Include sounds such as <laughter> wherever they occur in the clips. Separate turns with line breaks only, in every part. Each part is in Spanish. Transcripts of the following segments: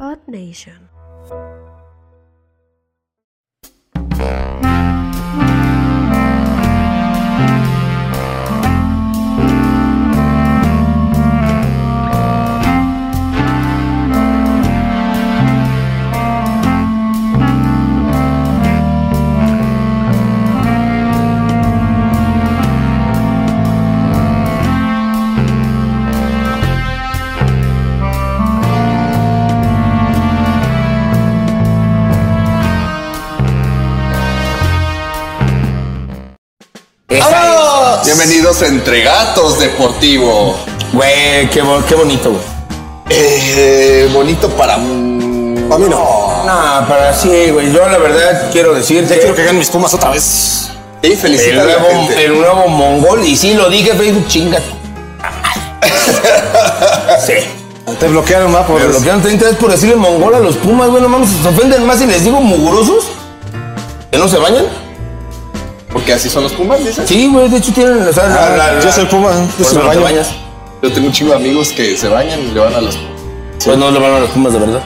Earth Nation.
¡Vámonos!
Bienvenidos a Entre Gatos Deportivo.
Güey, qué, bo- qué bonito, güey.
Eh, bonito para mí. Para mí no.
No, pero sí, güey. Yo la verdad quiero decir
Ya quiero que ganen mis pumas otra vez.
Y
el
felicitar a la
nuevo,
gente.
el nuevo mongol. Y sí, lo dije en Facebook, chinga. <laughs> sí.
Te bloquearon, más por
Pero lo que han 30 es por decirle mongol a los pumas, güey. No mames, se ofenden más y les digo mugurosos. ¿Que no se bañan?
Porque así son los Pumas, dicen.
Sí, güey. De hecho, tienen. O sea, Ah, la- la-
Yo soy puma, yo
Pues
soy
no te
baño.
bañas.
Yo tengo un chingo de amigos que se bañan y le van a los Pumas.
Pues no le van a los pumas, de verdad.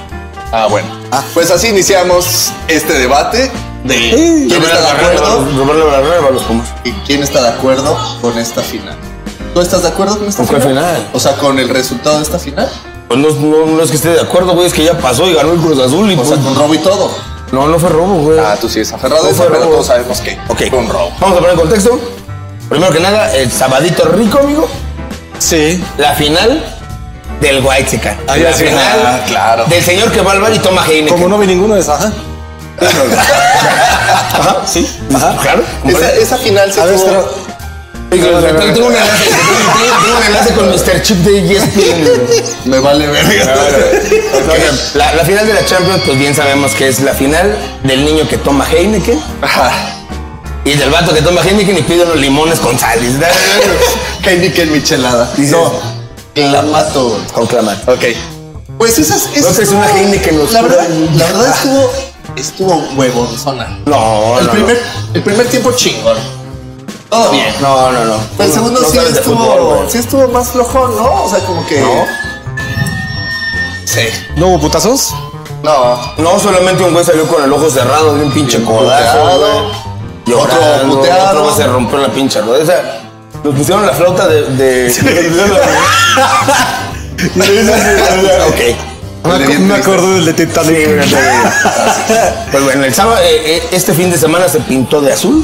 Ah, bueno. Pues así iniciamos este debate de quién está de acuerdo
Robarle la reba a los pumas.
y quién está de acuerdo con esta final. ¿Tú estás de acuerdo con esta
¿Con cuál final?
O sea, con el resultado de esta final.
Pues no, no, no es que esté de acuerdo, güey. Es que ya pasó y ganó el Cruz Azul. Y
O
pues,
sea, con robo y todo.
No, no fue robo, güey.
Ah, tú sí es aferrado,
No
a eso,
fue
pero
robo.
todos sabemos que
Ok.
fue un robo.
Vamos a poner en contexto. Primero que nada, el sabadito rico, amigo.
Sí.
La final del White Chica.
Ah,
la
ya sí.
final
Ah, claro.
del señor que va al bar y toma Heineken.
Como no vi ninguno de esas, ajá. Ajá, sí. Ajá.
Claro.
Esa, esa final se
A ver,
tuvo-
espera.
Tengo un enlace, tengo- tengo un enlace con Mr. Chip de ESPN. güey.
Me vale verga.
Ok. La, la final de la Champions, pues bien sabemos que es la final del niño que toma Heineken
<laughs> Ajá.
y del vato que toma Heineken y pide unos limones con <laughs> sales.
Que ni que en michelada. No, la mato.
Con clamato.
Ok. Pues esas. esas
No, es una Heineken
La
oscura.
verdad, la verdad estuvo. Estuvo huevonzona.
Ah. No,
el,
no,
primer, el primer tiempo chingón. Todo bien.
no. No, no, no.
Pero el segundo
No
sí
sabes de
estuvo.
fútbol, güey.
sí estuvo más flojón, ¿no? O sea, como que.
No.
Sí.
¿No hubo putazos?
No.
No, solamente un güey salió con el ojo cerrado de un pinche
Bien
codazo.
puteado.
güey. Llorando,
Otro puteado.
Otro güey se rompió la pinche rueda. O sea, nos pusieron la flauta de.
<laughs>
de...
<laughs>
ok.
Le di
Me
entrevista.
acuerdo del de
Sí,
<laughs> Titanic.
güey, Pues bueno, el sábado, eh, eh, este fin de semana se pintó de azul.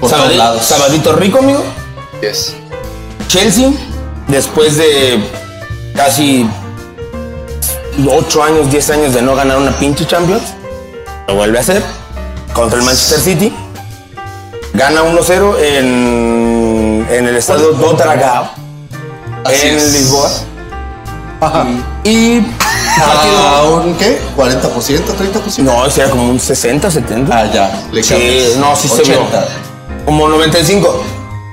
Por
Sabadi-
todos lados.
Sabadito rico, amigo.
Yes.
Chelsea, después de casi 8 años, 10 años de no ganar una pinche Champions, lo vuelve a hacer contra el Manchester City. Gana 1-0 en, en el estadio do Dragao,
Así
en
es.
Lisboa.
Ajá.
Y
¿A
partido-
un qué? ¿40%? ¿30%?
No, ese era como un 60, 70.
Ah, ya. Le
sí,
cambias.
no, sí se vio.
80.
Como 95.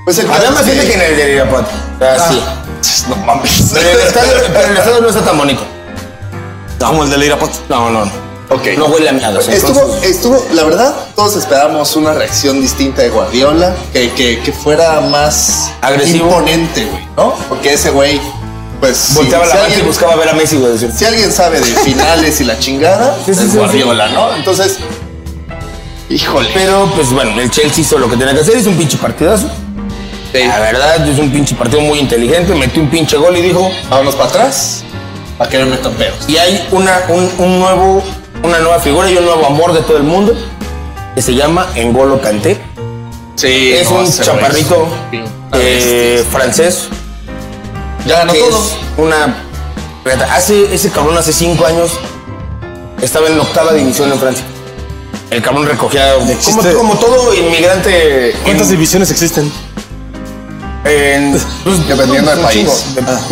Pues el
Había
caso
más
es
gente que en el de Irapuato. O sea, Ah, sí.
Ah, No mames.
Pero el, estadio, pero el estadio no está tan bonito.
Como el de Leirapat.
No, no, no.
Ok.
No huele a miados.
Estuvo,
entonces-
estuvo, la verdad, todos esperábamos una reacción distinta de Guardiola, que, que, que fuera más
Agresivo.
imponente, güey, ¿no? Porque ese güey, pues. si-
Volteaba
si
la mano y
alguien-
buscaba ver a Messi, güey. decir,
si alguien sabe de finales y la chingada,
Sí, sí,
es
sí,
Guardiola, ¿no? Entonces, híjole.
Pero, pues bueno, el Chelsea hizo lo que tenía que hacer. Hizo un pinche partidazo. La verdad, es un pinche partido muy inteligente. Metió un pinche gol y dijo...
Vámonos para atrás, para que no metan pedos.
Y hay una, un, un nuevo, una nueva figura y un nuevo amor de todo el mundo. Que se llama Engolo Kanté.
Sí,
Es
no,
un
ese güey
chaparrito
es un pin-
eh,
Este,
francés.
Ya ganó
que
todo.
es una. Fíjate, Hace, ese cabrón hace cinco años estaba en la octava división en Francia. El cabrón recogía. Como,
Existe-
como todo inmigrante.
¿Cuántas
en,
divisiones existen?
<laughs>
en- pues,
Dependiendo del
un
país.
chingo. De-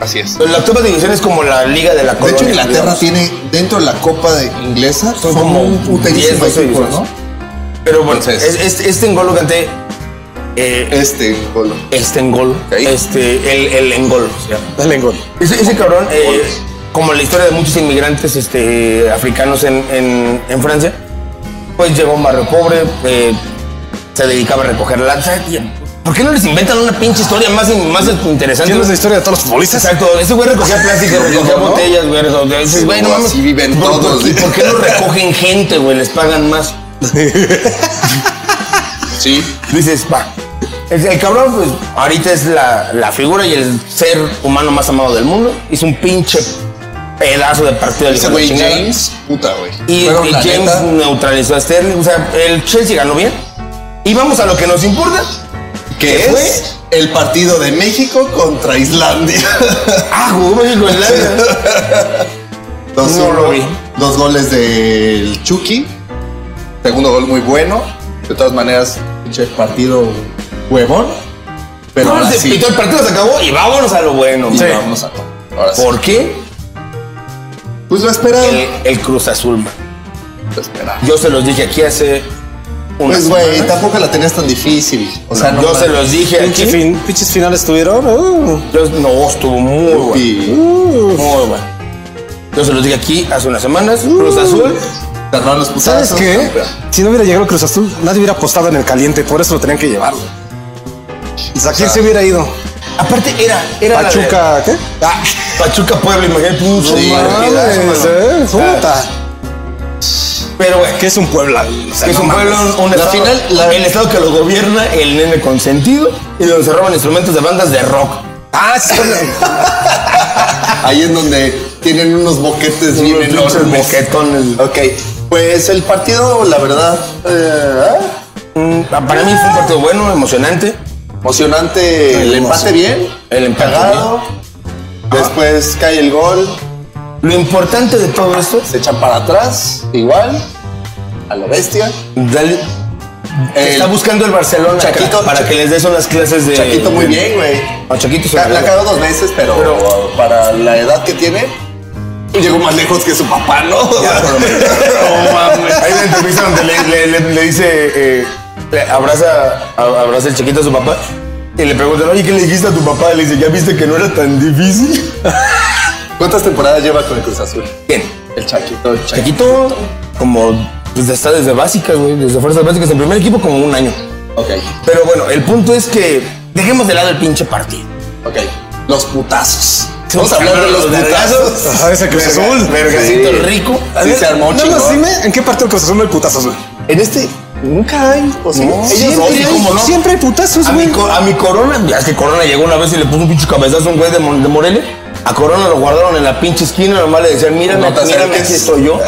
Así es.
Pero La octava división es como la liga de la
De
colonia.
hecho, Inglaterra
digamos.
tiene dentro de la Copa de Inglesa son como un
diez,
puterísimo
doce
equipo, ¿no?
divisiones. Pero bueno,
Entonces-
es- este, este Engolo Kanté, eh,
Este gol.
este Engolo.
Ok.
Este. El, el Engolo. se llama.
Dale en gol.
Ese, ese cabrón, eh, como la historia de muchos inmigrantes este, africanos en, en- en Francia, pues llegó a un barrio pobre, eh, se dedicaba a recoger lanzas. ¿Por qué no les inventan una pinche historia más, más interesante?
¿Tienes la historia de todos los futbolistas?
Exacto, ese güey recogía plástico, recogía
¿no?
botellas, güey, verga. O sea, dices,
Sí,
güey, no
así
mames,
viven
¿por- por
todos.
qué- ¿Por qué no recogen gente, güey? Les pagan más.
Sí.
Dices, va. El, el cabrón, pues, ahorita es la, la figura y el ser humano más amado del mundo. Hizo un pinche pedazo de partido
Ese
hijo de
güey
chingada.
James, puta, güey.
Y,
Pero
y
la
James
neta,
neutralizó a Sterling. O sea, el Chelsea ganó bien. Y vamos a lo que nos importa.
que
¿Qué
es el partido de México contra Islandia.
Ah, jugó México Islandia.
Dos,
No lo
uno,
vi.
dos goles del Chucky. Segundo gol muy bueno. De todas maneras, pinche partido huevón. Pero
No,
ahora
se
sí.
pitó el partido, se acabó y vámonos a lo bueno.
Y
man.
vamos a- ahora sí.
¿Por qué
Pues lo esperado.
el, el Cruz Azul? man?
Lo esperado.
Yo se los dije aquí hace una
Pues, güey,
semana.
tampoco la tenías tan difícil. O sea, no
yo
mames.
se los dije
Pinche
aquí.
fin- pinches finales tuvieron. uh,
Yo- no, estuvo muy bueno.
Y
uh.
Muy bueno. Yo se los dije aquí hace unas semanas. Cruz Azul.
cerraron los putazos.
¿Sabes qué? Si no hubiera llegado el Cruz Azul, nadie hubiera apostado en el caliente, por eso lo tenían que llevar. güey. O sea, ¿quién se hubiera ido?
Aparte, era, era la de-
Pachuca, ¿qué? Ah,
Ah, Pachuca Puebla, imagínate. uh, un
Sí,
partidazo,
Mames,
mano.
eh, puta.
Ah, Pero, güey.
¿Qué es un Puebla? O sea,
Que es
no
un
mames.
pueblo, un
La
estado,
final, la-
el estado que lo gobierna el nene consentido y donde se roban instrumentos de bandas de rock. <laughs>
Ah, sí.
Ahí es donde tienen unos boquetes bien
Unos pinches
enormes.
boquetones.
Ok, pues el partido, la verdad, eh,
Mm, Para mí fue un partido bueno, emocionante.
emocionante. El empate bien.
El empate
cagado. Después cae el gol,
Lo importante de todo esto,
se echan para atrás, igual, a la bestia.
dale-
El
está buscando el Barcelona acá
Chaquito-
para que les des unas clases de.
Chaquito muy bien, güey.
No, Chaquito se
La, la
me-
cagó dos veces, pero,
Pero-
para la edad que tiene, llegó más lejos que su papá, ¿no? <laughs>
No mames. Hay una entrevista donde le, le- le- le dice, eh, le abraza, a- abraza el chiquito a su papá y le preguntan, oye, ¿qué le dijiste a tu papá? Y le dice, ¿ya viste que no era tan difícil?
¿Cuántas temporadas lleva con el Cruz Azul?
Bien,
El Chaquito, el Chaquito.
chiquito, como desde, está desde básicas, güey, desde fuerzas básicas, en primer equipo como un año.
Ok,
Pero bueno, el punto es que dejemos de lado el pinche partido.
ok. Los putazos. Vamos a hablar de los putazos.
Ah, ese Cruz Azul.
Vergacito rico.
Sí, se armó un
Nada más
chingón.
dime, ¿en qué parte del Cruz Azul no hay putazos, güey?
En este nunca hay. O sea,
No,
ellos
siempre
dos,
hay,
¿cómo no?
Siempre hay
Pues,
putazos,
A mi,
güey.
co- a mi Corona, ya es que Corona llegó una vez y le puso un pinche cabezazo a un güey de, Mon- de Morelia. A Corona lo guardaron en la pinche esquina, nomás le decían, mírame,
No te
mírame
acerques.
así soy
<laughs>
yo.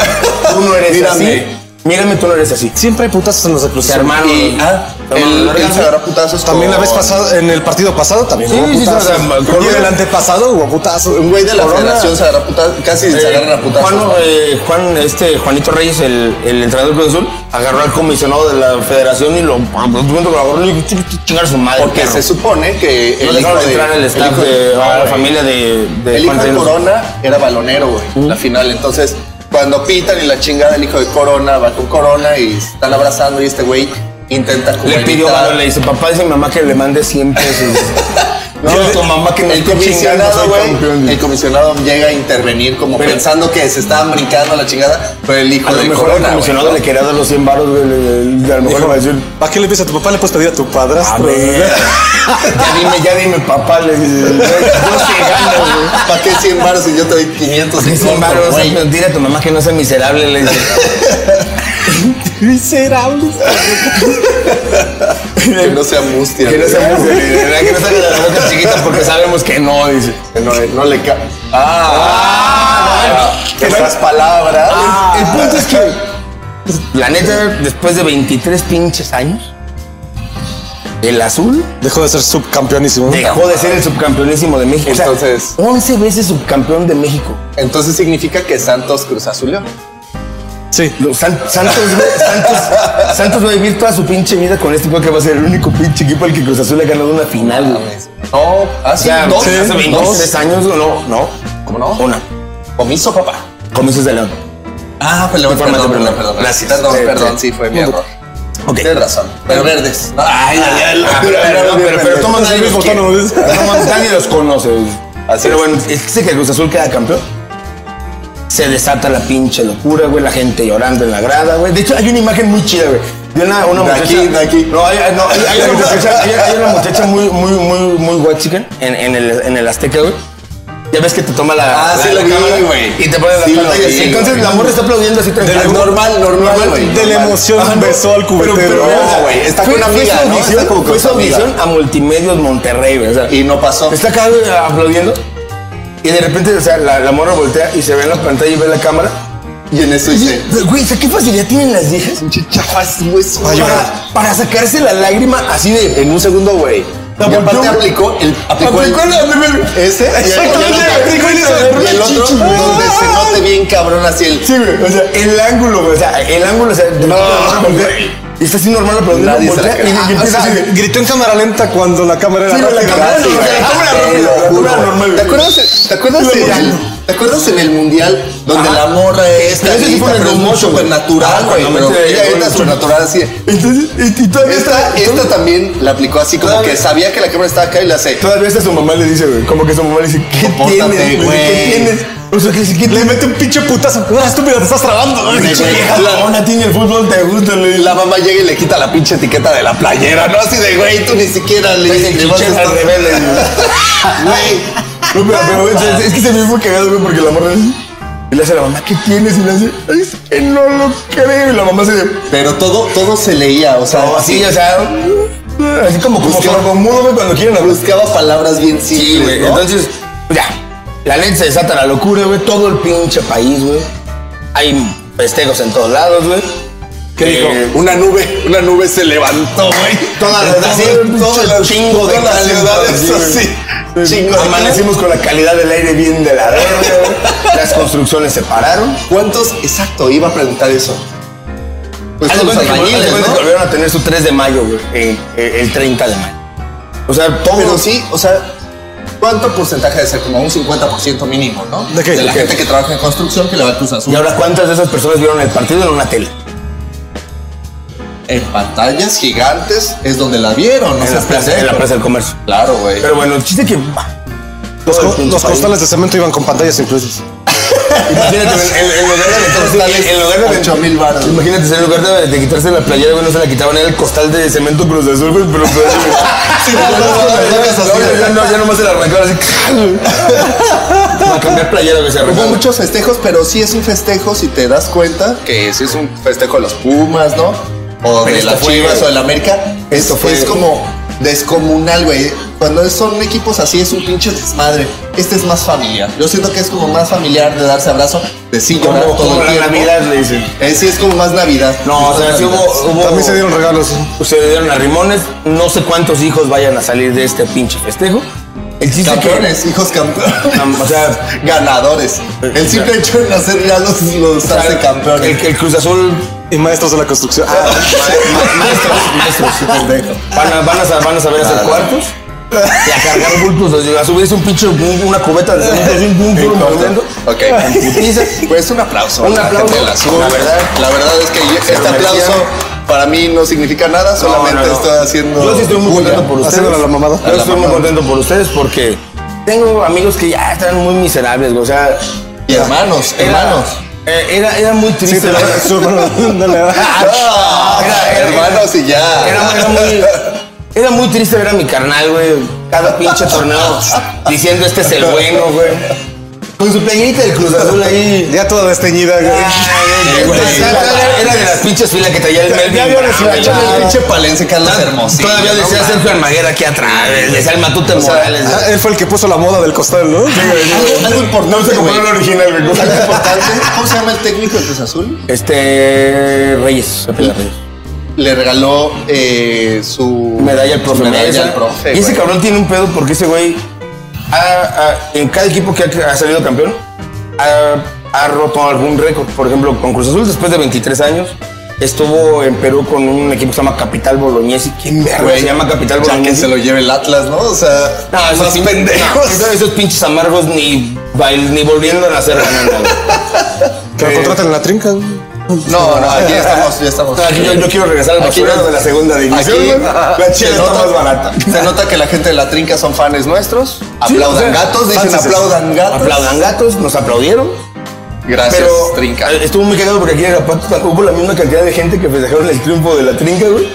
Tú no eres
Mírame.
así. Mírame, tú no eres así.
Siempre hay putazos en los de Cruz
Se
Azul.
armaron.
Y ah,
se armaron
él,
la
él
verga.
se agarró putazos.
También la
con
vez pasada, en el partido pasado también
Sí,
hubo
sí, sí,
putazos.
o sea,
y
Corona-
el antepasado hubo putazos.
Un güey de la
Corona.
federación se agarró putazos. Casi se
Eh,
agarran a putazos.
Juan, eh, Juan, este, Juanito Reyes, el, el entrenador del Cruz Azul, agarró al comisionado de la federación y lo junto con la gorra y le dijo, "Ch- ch- chingar a su madre.
porque
perro".
se supone que
eh, no dejaron entrar al staff
hijo
de a la
güey.
familia de, de
El hijo de
Reynoso.
Corona era balonero, güey, la final. Entonces, cuando pitan y la chingada, el hijo de Corona va con Corona y se están abrazando y este güey intenta como
Le pidió
evitar-
valor, le dice, papá dice mi mamá que le mande 100 pesos. no, tu mamá que me
el
esté
comisionado,
chingando, soy
güey, el
campeón.
comisionado llega a intervenir como
Pero-
pensando que se estaban brincando la chingada, pero el hijo
A lo
de
mejor el
Corona, güey,
comisionado
¿no?
le quería dar los 100 baros, güey, le- le- a lo mejor le va a decir,
¿Para qué le pides a tu papá? Le puedes pedir a tu
a
padrastro.
ver, ya dime, ya dime, papá, le dice, yo te gano, güey.
¿Para qué 100 baros si yo te doy
<laughs>
500?
Que
en
sin
corto,
embargo, o sea,
güey?
pero dile a tu mamá que no sea miserable, le dice.
Miserables.
que no sea mustia.
Que no
güey.
sea miserable, ¿verdad? que no salga de la boca chiquita porque sabemos que no, dice.
Que no, no le ca... Ah,
bueno.
esas palabras.
El punto es que, la neta, después de 23 pinches años, el azul
Dejó de ser subcampeonísimo.
dejó de ser el subcampeonísimo de México. O sea,
Entonces-
11 veces subcampeón de México.
Entonces significa que Santos Cruz Azul.
Sí.
Los San- Santos, güey,
<laughs>
Santos, Santos va a vivir toda su pinche vida con este equipo que va a ser el único pinche equipo al que Cruz Azul ha ganado una final. güey.
No,
O
hace
sea,
dos,
sí, hace
hace
23 años, no, no,
¿Cómo no?
una.
Comiso, papá.
Comicios de León.
Ah,
Fue
perdón, perdón,
formato,
perdón,
perdón.
perdón.
Gracias.
Perdón,
Sí,
perdón,
sí.
sí, fue mi error.
Ok.
Tienes razón. Pero verdes. Ay,
Ah, pero, pero, pero, pero toma
Es el
nadie los
mismo
quiere.
tono, ¿ves?
Toma, nadie los conoce. güey.
Así
pero
es.
bueno, es que sé que Cruz Azul queda campeón. Se desata la pinche locura, güey, la gente llorando en la grada, güey. De hecho, hay una imagen muy chida, güey. De una, una
De
muchacha.
aquí, de aquí.
No, hay, hay- no, hay- hay una muchacha, hay, hay una muchacha muy, muy, muy, muy guachica en, en el, en el Azteca, güey. Ya ves que te toma la.
Ah, sí,
la,
lo vi,
cámara.
güey.
Y te pones la
Sí,
pantalla
güey.
así. Entonces la morra está aplaudiendo así tranquila.
Del- normal, normal, güey.
De la
normal.
emoción besó al cubetero.
pero- No, güey, está con
Fue-
una
fue
amiga,
su
¿no?
audición-
Está como con
Fue su
su amiga.
audición a Multimedios Monterrey, güey. O sea,
Y no pasó.
Está acá güey, aplaudiendo. Y de repente, o sea, la, la morra voltea y se ve en la pantalla y ve la cámara.
Y en eso dice.
Pero, Güey, o sea, ¿qué facilidad tienen las viejas
Chichafas, güey. eso,
Ay,
para-
para, para sacarse la lágrima así de en un segundo, güey?
Y aparte aplicó el. Aplicó, el-
Aplicó la-
Ese. y el-
Exactamente,
y el otro-
aplicó el-
Y el otro,
chichi.
donde se note bien cabrón así el.
Sí, güey. O sea, el ángulo, güey. O sea, el ángulo, o sea, de la morra voltea. Y está así normal aplaudiendo.
Nadie Ah, se la
voltea y-
cree.
y empieza así de-
Gritó en cámara lenta cuando la cámara era
Sí, güey, la
rápida.
cámara-
Ah, sí,
o sea,
güey.
la cámara
Ah,
rápida,
te lo
la
juro.
cámara normal, güey.
¿Te acuerdas, te acuerdas
La
en el,
normal.
¿Te acuerdas en el mundial donde
Ajá.
la morra es
Pero ese sí fue en el
pero es muy
2008, güey.
supernatural,
Ah,
güey?
cuando
Pero
mete el
ella
gol,
era
güey.
supernatural así.
Entonces, y, y todavía
Esta,
está.
esta también la aplicó así como
Todavía-
que sabía que la cámara estaba acá y la hace.
Todavía hasta su mamá le dice, güey. Como que su mamá le dice, ¿qué
Compórtate,
tienes, güey? ¿Qué
güey.
tienes? O sea, que si que
Le mete un pinche putazo. Ah, estúpida, te estás trabando. Ay,
Sí,
chica.
güey.
vieja mamona tiene el fútbol, te gusta, le
La mamá llega y le quita la pinche etiqueta de la playera, ¿no? Así de, güey, tú ni siquiera le
Pues
le vas a
chichas
estar-
rebeldes,
Güey,
<laughs> No, pero, pero, güey, o sea, es que se me fue cagado, güey, porque la morra dice, y le hace a la mamá, ¿qué tienes? Y le hace, es que no lo creo. Y la mamá se de,
Pero todo, todo se leía, o sea,
no, así,
así
o sea, así como, como
Busqué-
sordomudo, güey, cuando quieren hablar.
buscaba palabras bien simples,
Sí, güey.
¿no?
Entonces, ya. La neta se desata la locura, güey. Todo el pinche país, güey. Hay festejos en todos lados, güey.
¿Qué dijo?
Eh,
Una nube, una nube se levantó, güey.
Todas las- así, todo el chingo de
todas las
calles,
ciudades
güey.
así. Chingo de
Amanecimos con la calidad del aire bien de la verga, güey. Las construcciones se pararon.
calles. ¿Cuántos? Exacto, iba a preguntar eso. Pues
Haz de
todos los
cuenta que haz de
albañiles,
cuenta que
¿no?
volvieron a tener su 3 de mayo, güey. eh, eh, El 30 de mayo. O sea, todo.
Pero sí, o sea, ¿cuánto porcentaje de ser? Como un 50% mínimo, ¿no?
¿De qué?
la
¿De qué?
gente que trabaja en construcción que le va a Cruz Azul.
Y ahora, ¿cuántas de esas personas vieron el partido en una tele?
En pantallas gigantes es donde la vieron, ¿no?
En la plaza- en la plaza del comercio.
Claro, güey.
Pero bueno, el chiste que.
Los,
Todo el
co-
pinche
los
país.
costales de cemento iban con pantallas incluidas.
Imagínate, güey, en, en lugar de
Costales,
en lugar de-
8,000 varos.
Imagínate, en lugar de, de quitarse la playera, güey, no se la quitaban, era el costal de cemento Cruz Azul, güey, pero. pero-
Sí, no, no, no, no, no,
No,
no,
ya no, ya nomás se la arrancaban así. <laughs> Para cambiar playera, güey, se
Hubo
arrancaba.
Pues muchos festejos, pero sí es un festejo si te das cuenta que sí es un festejo de los Pumas, ¿no?
Pero
O de
esto
las
fue-
Chivas o del América. Esto
fue-
es como descomunal, güey. Cuando son equipos así es un pinche desmadre. Este es más familiar. Yo siento que es como más familiar de darse abrazo, de sí llorar
Como,
todo
como
el
la
tiempo.
Navidad, le dicen.
Eh, sí es como más Navidad.
No, o sea, sí hubo. hubo
También se dieron regalos.
se dieron arrimones. No sé cuántos hijos vayan a salir de este pinche festejo. El chiste
Campeones, hijos
que.
campeones.
O sea,
Ganadores. El simple hecho de nacer ya los, los hace
el,
campeones.
el Cruz Azul
Y maestros de la construcción. Ah,
Ma- Maestros, <laughs> maestros,
pendejo.
Van a, van a, sa- van a saber hacer
Nada.
cuartos y a cargar bultos, o sea, a subirse un pinche, un- una cubeta de cemento, así, un puro moviendo.
Ok.
Putiza.
Pues un aplauso. a
Un
la gente
aplauso.
del azul.
La verdad.
la verdad es que yo- este
lo merecían.
aplauso para mí no significa nada, solamente
No, no, no.
estoy haciendo.
Yo sí estoy muy
bulla.
contento por ustedes.
Haciéndole la mamada.
Yo
A la
estoy muy
mamada.
contento por ustedes porque tengo amigos que ya están muy miserables, güey, o sea.
Y hermanos,
era-
hermanos.
eh, Era, era muy
sí,
triste.
pero
la-
<laughs>
su hermano no le <laughs> da.
<laughs>
Ah,
Era- era-
hermanos y ya.
Era, era muy, era muy triste ver a mi carnal, güey. Cada pinche torneo diciendo este es el bueno, güey. Con su playerita del Cruz Azul ahí.
Ya toda desteñida. güey.
Ay, güey.
güey.
Era de las pinches filas que traía el Melvin.
Ya vieron si la
Brown,
Echame
güey.
el pinche palense Carlos Hermosillo.
Todavía
¿no?
decía Sergio Almaguer aquí atrás. güey. Decía el Matute Morales.
Ah, él fue el que puso la moda del costal, ¿no?
Algo- Algo importante. güey.
original,
Algo importante. ¿Cómo se llama el técnico de Cruz Azul?
Este. Reyes. Cepeda Reyes.
Le regaló eh, su
medalla al profe.
su medalla
Mesa.
al profe,
Y ese
güey.
cabrón tiene un pedo porque ese güey, ha- ha- en cada equipo que ha, ha salido campeón, ha, ha roto algún récord. Por ejemplo, con Cruz Azul, después de 23 años, estuvo en Perú con un equipo que se llama Capital Boloñesi. ¿Quién verga
Güey,
se llama Capital
Ya que
Boloñesi?
se lo lleve el Atlas, ¿no? O sea,
No, esos
más
pin-
pendejos.
no, esos, esos pinches amargos ni, bail- ni volviendo a nacer. ganan, güey.
Que lo contratan en la trinca. güey.
No, no, aquí ya estamos, ya estamos.
No, aquí yo, yo quiero regresar al
Aquí
basurero
no-
de la segunda división.
Aquí
güey. la
se
chela está
nota-
más barata.
Se nota que la gente de la trinca son fans nuestros. Aplaudan
o sea,
gatos, dicen
fans es-
aplaudan gatos.
Aplaudan gatos, nos aplaudieron.
Gracias,
Pero
trinca.
eh, estuvo muy cagado porque aquí en Irapuato hubo la misma cantidad de gente que festejaron el triunfo de la trinca, güey,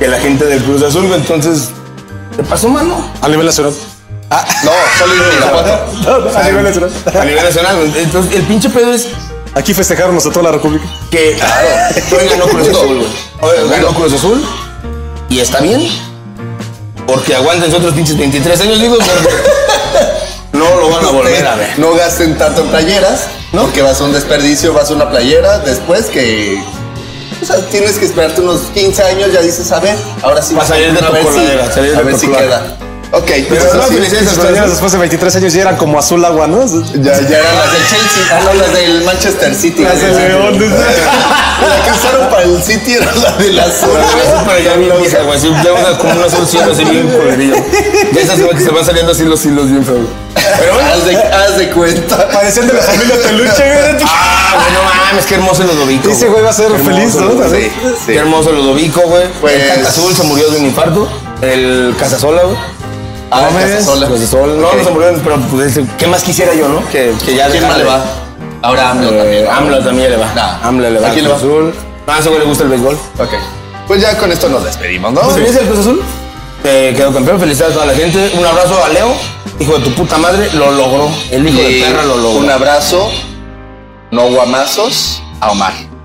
que la gente del Cruz Azul, güey. Entonces, ¿te pasó mano?
A nivel nacional.
No, solo en Irapuato.
<laughs> A nivel nacional.
A nivel nacional. Entonces, el pinche pedo es
Aquí festejaron a toda la República.
que. Claro. Hoy ganó Cruz Azul, güey. Hoy ganó Cruz Azul. Y está bien. Porque aguanten otros pinches 23 años, digo, porque no lo van a volver a ver.
No gasten tanto en playeras, ¿no? Que vas a un desperdicio, vas a una playera después que. O sea, tienes que esperarte unos 15 años, ya dices, a ver, ahora sí.
Va a salir de
a
tu
ver
coladera,
si,
salir de
a ver
tu
si
cloaca.
queda. Ok,
Pero
eso
no,
sí.
felicidades.
Estos niños después de 23 años ya eran como azul agua, ¿no?
Ya, ya eran las del Chelsea, ah, no, las del Manchester City.
Las del León, ¿no?
La que usaron para el City era la del azul.
Pero ya bien
No,
vieja, güey. Así, ya una, como una azul cielo así bien colorillo. Ya esas güey, que se van saliendo así los hilos bien feos.
Pero bueno, haz de, haz de cuenta.
Parecían de la familia Peluche, güey.
Ah, güey, no mames, qué hermoso Ludovico.
Ese güey va a ser
Qué hermoso
feliz, ¿no?
Ludovico.
Sí, sí.
Qué hermoso Ludovico, güey.
Pues-
El Cata Azul se murió de un infarto. El Casasola, güey.
Ah,
No me
Casa
ves.
Sola.
Casasola. No,
Ok.
no se murió, pero pues, ¿qué más quisiera yo, no? Que, que ya
¿Quién más le
dejarle-
va? Ahora AMLO también.
Eh, AMLO también le va.
Nah.
AMLO le va.
¿A quién le va?
Cruz Azul. Ah, a ese güey le gusta el béisbol.
Ok. Pues ya con esto nos despedimos, ¿no?
Pues feliz el Cruz Azul. Eh, quedó campeón. Felicidades a toda la gente. Un abrazo a Leo. Hijo de tu puta madre, lo logró. El hijo
Y
de perra lo logró.
un abrazo, no guamazos, a Omar.